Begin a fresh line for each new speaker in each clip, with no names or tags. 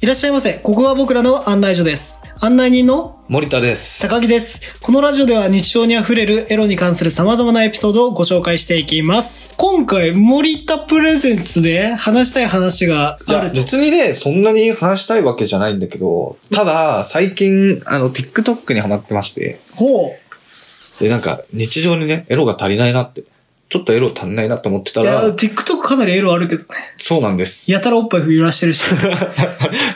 いらっしゃいませ。ここは僕らの案内所です。案内人の
森田です。
高木です。このラジオでは日常に溢れるエロに関する様々なエピソードをご紹介していきます。今回、森田プレゼンツで話したい話が
い
あ
や
る、と。
別にね、そんなに話したいわけじゃないんだけど、ただ、最近、あの、TikTok にハマってまして、
ほう。
で、なんか、日常にね、エロが足りないなって、ちょっとエロ足りないなと思ってた
いや、
ら、
TikTok かなりエロあるけどね。
そうなんです。
やたらおっぱい揺らしてるし。はい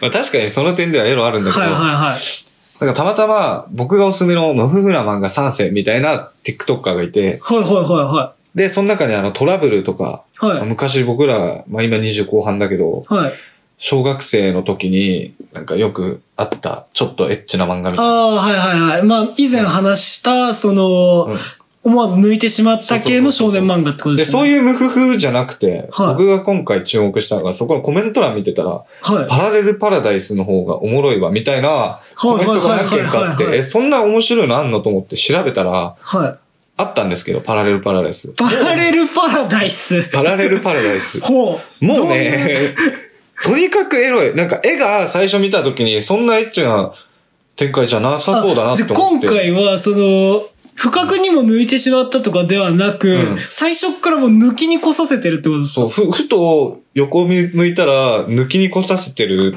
まあ確かにその点ではエロあるんだけど、
はいはい。
なんかたまたま僕がおすすめのムフフラマンが3世みたいな TikToker がいて、
はいはいは
で、その中にあのトラブルとか、
いはい。はい。
昔僕ら、まあ今20後半だけど、
はい。
小学生の時になんかよくあった、ちょっとエッチな漫画みたいな。
ああ、はいはいはい。まあ、以前話した、その、
うん
思わず抜いなしまった系の少年漫画ってこと
で、
です
そ
ね。
ういうムフフじゃなくて、
はい
僕が今回注目したのが、そこのコメント欄見てたら、
はい。
パラレルパラダイスの方がおもろいわ、みたいなコメントが何件
は
かあっ
いはいはいはいはい
て、え、そんな面白いのあんのと思って調べたら、
は
あったんですけど、パラレルパラダイス
い。。パラレルパラダイス。
パラレルパラダイス。
ほう。
もう
どい。
ね、とにかくエロい。なんか絵が最初見た時に、そんなエッチな展開じゃなさ そうだなって
あじゃあ
思っ
今
て。
回は、その、不覚にも抜いてしまったとかではなく、
うん
最初っからもう抜きにこさせてるってことですか
そう、ふ、ふと横向いたら、抜きにこさせてる、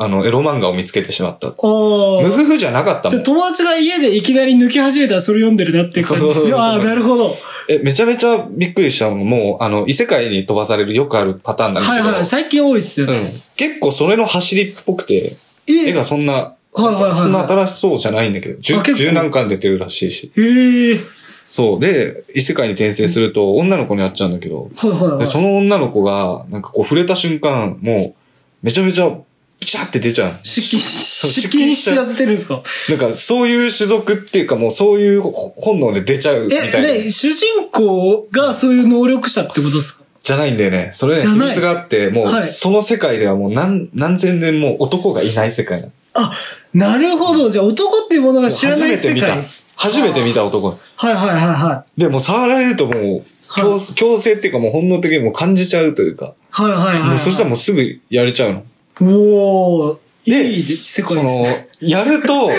あの、エロ漫画を見つけてしまった。
あ
ム
あ。
フフじゃなかった
じゃ
も
あ
ん。
友達が家でいきなり抜き始めたらそれ読んでるなっていう感じ。
そうそうそうそう
ああ、なるほど。
え、めちゃめちゃびっくりしたのもう、あの、異世界に飛ばされるよくあるパターンなんだ
は
け
い
ど。
はい。最近多いっすよ
う
ね。
ん。結構それの走りっぽくて、
え
絵がそんな、
はいはいはいはい
そんな新しそうじゃないんだけど、十
あ結構
十何巻出てるらしいし。
ええ
そう。で、異世界に転生すると女の子になっちゃうんだけど、
はいはいは
で
い。
その女の子が、なんかこう触れた瞬間、もう、めちゃめちゃ、ピシャって出ちゃう。
出勤し、
う
出
出
勤
勤
し
してた
やってるんですか
なんか、そういう種族っていうか、もうそういう本能で出ちゃうみたい
え、
な。
で、主人公がそういう能力者ってことですか
じゃないんだよね。それね、
じゃ
秘
ない
密があって、もう、
はい
その世界ではもう何、何千年もう男がいない世界なの
あ、なるほど。じゃあ男っていうものが知らない世界。はい
初めて見た。初めて見た男。
はいはいはい。
で、もう触られるともう、強
はい
強制っていうかもう本能的にもう感じちゃうというか、
はいはいはい、は
もう
い。
そしたらもうすぐやれちゃうの。
う。おー、
で
いい世界
そ
で
の
すね。、
やる と、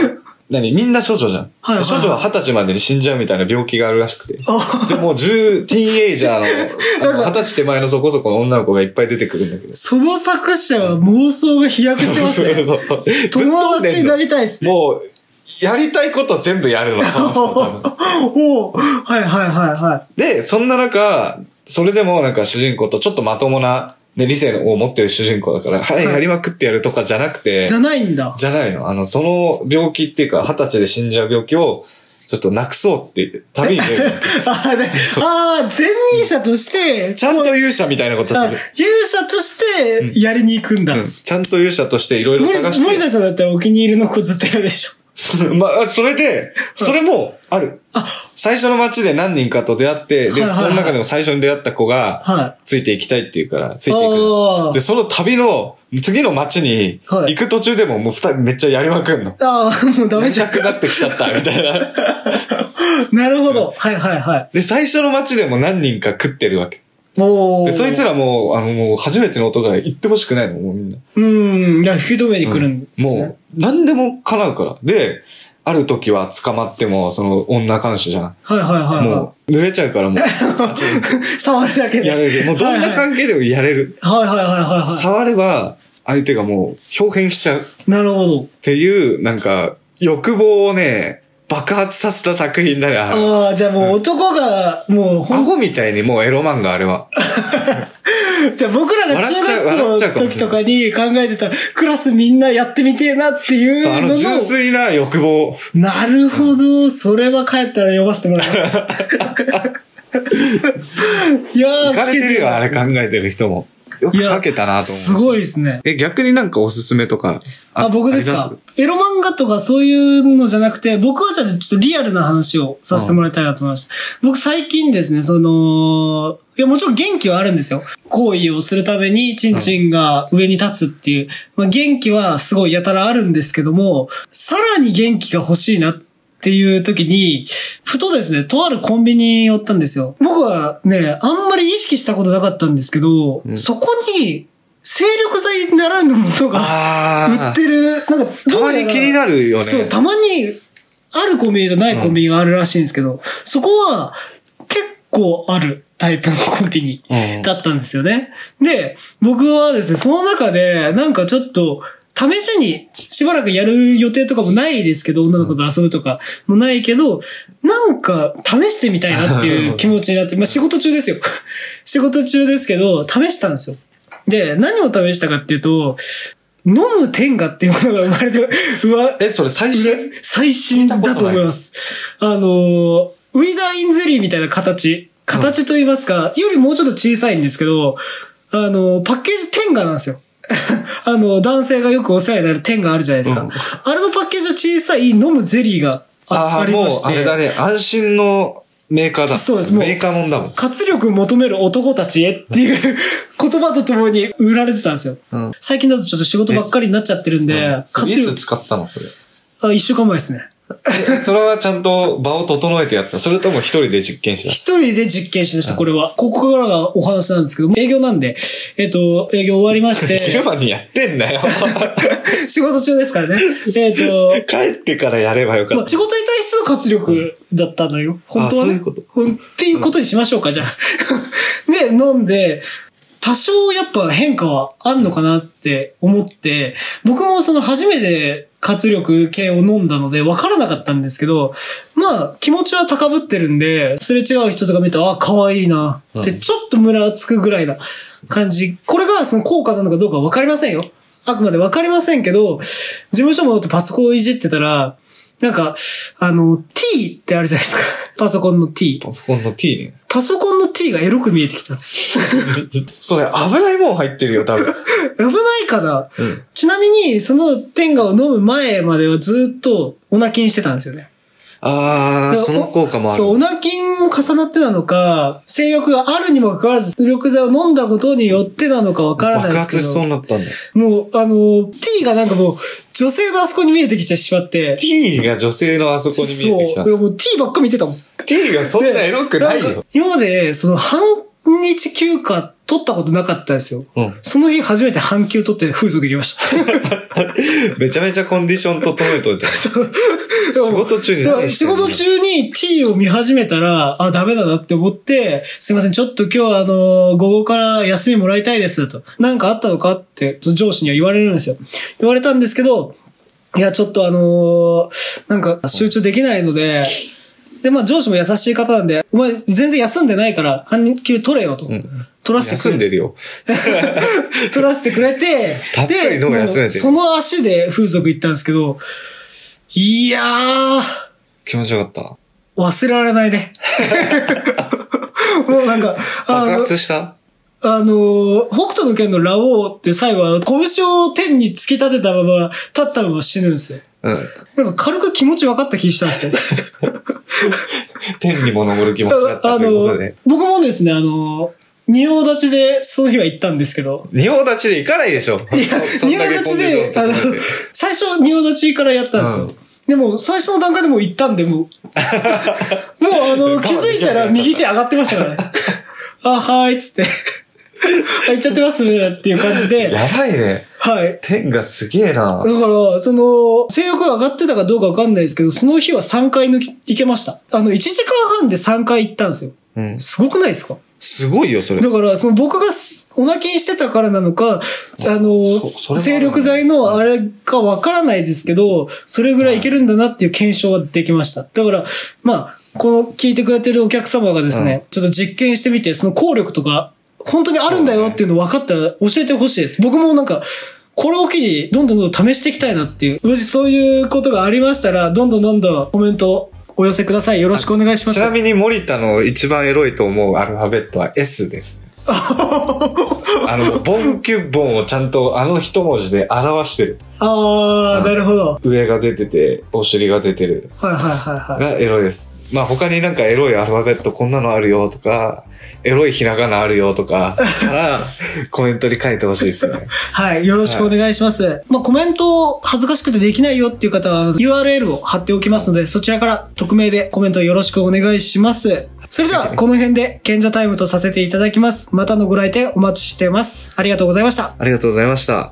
何みんな処女じゃ
は
ん。
いはいはい
処女は二十歳までに死んじゃうみたいな病気があるらしくて。
あ
でもう10、ティーンエイジャーの、あの二十歳手前のそこそこの女の子がいっぱい出てくるんだけど。
その作者は妄想が飛躍してますね。
そうそうそう
友達になりたいですね。
もう、やりたいこと全部 やるの。その人多分
おーはいはいはいは
で、そんな中、それでもなんか主人公とちょっとまともな、ね、理性を持ってる主人公だから、はい、
はい
やりまくってやるとかじゃなくて、
い。じゃないんだ。
じゃないの。あの、その病気っていうか、二十歳で死んじゃう病気を、ちょっとなくそうって、旅に 出る。
あー、ね、あー前任者として、
ちゃんと勇者みたいなこと
あ
する。
勇者としてやりに行くんだ。
うんちゃんと勇者としていろいろ
森
探
森
し
田さんだったらお気に入りの子ずっとやるでしょ。
て、まあ、 それで、それもある。
あ、
最初の街で何人かと出会って、
はい
で、
はいはい
その中でも最初に出会った子が、
は
ついていきたいっていうから、つ
い。
いていくの。
あ
で、
ー
その旅の、次の街に、
はい
行く途中でももう二人めっちゃやりまく んの。
あー、もうダメ じゃ
やりたくなってきちゃった、みたい な。
ん。なるほど。はいはいはい。
で、最初の街でも何人か食ってるわけ。
おー。
で、そいつらもう、あの、もう初めての音から行ってほしくないの、もうみんな。
うん。いや、引き止めに来るんですね。
もう、何でも叶うから。で、ある時は捕まっても、その女監視じゃん。
はいはいはいはい。
もう、濡れちゃうからもう、
触るだけで。
やれる。もうどんな関係でもやれる。
はいはいはいはいは
触れば、相手がもう、表現しちゃう。
い。なるほど。
っていう、なんか、欲望をね、爆発させた作品だね。あの
ああ、じゃあもう男が、もうほ
ア
ん、
ホみたいにもうエロ漫画あれは。
じゃあ僕らが中学校の時とかに考えてたクラスみんなやってみてえなっていう
そう、あ
の
の
の、
純粋な欲望。
なるほど。それは帰ったら読ませてもらいます。いやー、
いかれてるよ、あれ
聞け
考えてる人も。よく
いや
書けたなと
す
思う。
ごいですね。
え、逆になんかおすすめとか。
あ、僕ですか
ありま
エロ漫画とかそういうのじゃなくて、僕はじゃあちょっとリアルな話をさせてもらいたいなと思いました。僕最近ですね、その、いやもちろん元気はあるんですよ。行為をするためにチンチンが上に立つっていう。まあ元気はすごいやたらあるんですけども、さらに元気が欲しいなっていう時に、ふとですね、とあるコンビニに寄ったんですよ。僕はね、あんまり意識したことなかったんですけど、
うん
そこに精力剤にならぬものが売
あ
ってる。なんか、
たまに気に
る
なるよね。
そう、たまに、あるコンビニとないコンビニがあるらしいんですけど、そこは、結構あるタイプのコンビニ。
うん
だったんですよね。で、僕はですね、その中で、なんかちょっと、試しにしばらくやる予定とかもないですけど、女の子と遊ぶとかもないけど、なんか試してみたいなっていう気持ちになって、まあ仕事中ですよ。 仕事中ですけど、試したんですよ。で、何を試したかっていうと、飲む天下っていうものが生まれて、 うわ、
え、それ最新
最新だと思います。あのー、ウィダーインゼリーみたいな形。形と言いますか、よりもうちょっと小さいんですけど、あのー、パッケージ天下なんですよ。 あの、男性がよくお世話になる天があるじゃないですか。
うん
あれのパッケージの小さい飲むゼリーがあ
あ
あ
あ、
り
もう
まして。
あれだね。安心のメーカーだ。
そうですもう
メーカーもんだもん。
活力求める男たちへっていう 言葉とともに売られてたんですよ。
うん
最近だとちょっと仕事ばっかりになっちゃってるんで、
それ
活
いつ
力、
使ったのそれ。
あ、一週間前ですね。
え それはちゃんと場を整えてやった。それとも一人で実験した。
一人で実験しました、これは。ここからがお話なんですけど、営業なんで、えっ、と、営業終わりまし
昼
て、
間にやってん だよ。
仕事中ですからね。えっ、 と、
帰ってからやればよか
ま
っ
あ、仕
た。
事に対しての活力だったのよ。本当は
あそうい
ね
うこと。
ほんっていうことにしましょうか、じゃあ。 で、飲んで、多少やっぱ変化はあんのかなって思って、僕もその初めて活力系を飲んだので分からなかったんですけど、まあ気持ちは高ぶってるんで、すれ違う人とか見たら、あ、可愛いなって
うん
ちょっとムラつくぐらいな感じ。これがその効果なのかどうか分かりませんよ。あくまで分かりませんけど、事務所戻ってパソコンをいじってたら、なんか、あの、t ってあるじゃないですか。パソコンの t。
パソコンの T ね。
パソコンの t がエロく見えてきたんです。
それ危ないもん入ってるよ、多分。
危ないかな
うん
ちなみに、その天下を飲む前まではずっとオナキンしてたんですよね。
ああ、
だか
そ
ら
の効果もある
そう、。オナキンも重なってなのか、性欲があるにもかかわらず、出力剤を飲んだことによってなのかわからない
爆
ですけ
発しそう
ど、
になったんだよ。
もう、あの、t がなんかもう、女性のあそこに見えてきてしまって、
T が女性のあそこに見えてきた
そう、。でもう t ばっか見てたもん。
T がそんなエロくない
で
よ
んか。今まで、その半日休暇取ったことなかったんですよ。
うん。
その日初めて半休取って風俗行きま した。
めちゃめちゃコンディション整えといて。仕事中に
だから
何し
仕
てんの
事中に T を見始めたら、あ、ダメだなって思って、すいません、ちょっと今日あの、午後から休みもらいたいですと。なんかあったのかって、その上司には言われるんですよ。言われたんですけど、いや、ちょっとあのーなんか集中できないので、で、まあ上司も優しい方なんで、お前全然休んでないから、半休取れよと。
ん
取らせてく
休
れ
んでるよ。
取らせてくれて、
たっぷりのが休めてる
もうその足で風俗行ったんですけど、いやー、
気持ちよかった。
忘れられないね。 もうなんか、あ
爆
の、
発した
あの、北斗の拳のラオウって最後は拳を天に突き立てたまま立ったまま死ぬんですよ。
うん。
なんか軽く気持ち分かった気したんですけど。
天にも昇る気持ちだった
あ
ということ
の
で。、
僕もですね、あの、仁王立ちでその日は行ったんですけど、
仁王立ちで行かないでしょ。
いや、
そん
仁
だ
王
けコ
立ち
ンディ
で、
シ
あ
ョン
の
整えて、
最初、仁王立ちからやったんですよ。
うん
でも、最初の段階でもう行ったん で、もう。もう、あの、気づいたら右手上がってましたからね。あ、はーい、つって。あ行っちゃってますっていう感じで。
やばいね。
はい。
天がすげえな
だ。から、その、性欲が上がってたかどうかわかんないですけど、その日は3回抜き、行けました。あの、1時間半で3回行ったんですよ。
うん。
すごくないですか
すごいよ、それ。
だから、その僕がすお泣きにしてたからなのか、あの、
そそれもあるね
精力剤のあれかわからないですけど、それぐらいいけるんだなっていう検証はできました。だから、まあ、この聞いてくれてるお客様がですね、ちょっと実験してみて、その効力とか、本当にあるんだよっていうの分かったら教えてほしいです。僕もなんか、これを機に、どんどんどんどん試していきたいなっていう。もしそういうことがありましたら、どんどんどんどんコメントお寄せください。よろしくお願いします
ち。なみに森田の一番エロいと思うアルファベットは S です。あの、ボンキュッボンをちゃんとあの一文字で表してる。
あー、なるほど。
上が出てて、お尻が出てる。
はいはいはいはい。
がエロいです。まあ他になんかエロいアルファベットこんなのあるよとか、エロいひらがなあるよ とか、からコメントに書いてほしいですね。
はい、よろしくお願いします。まあ、コメントを恥ずかしくてできないよっていう方は、あの URL を貼っておきますので、そちらから匿名でコメントよろしくお願いします。それでは、この辺で賢者タイムとさせていただきます。またのご来店お待ちしてます。ありがとうございました。
ありがとうございました。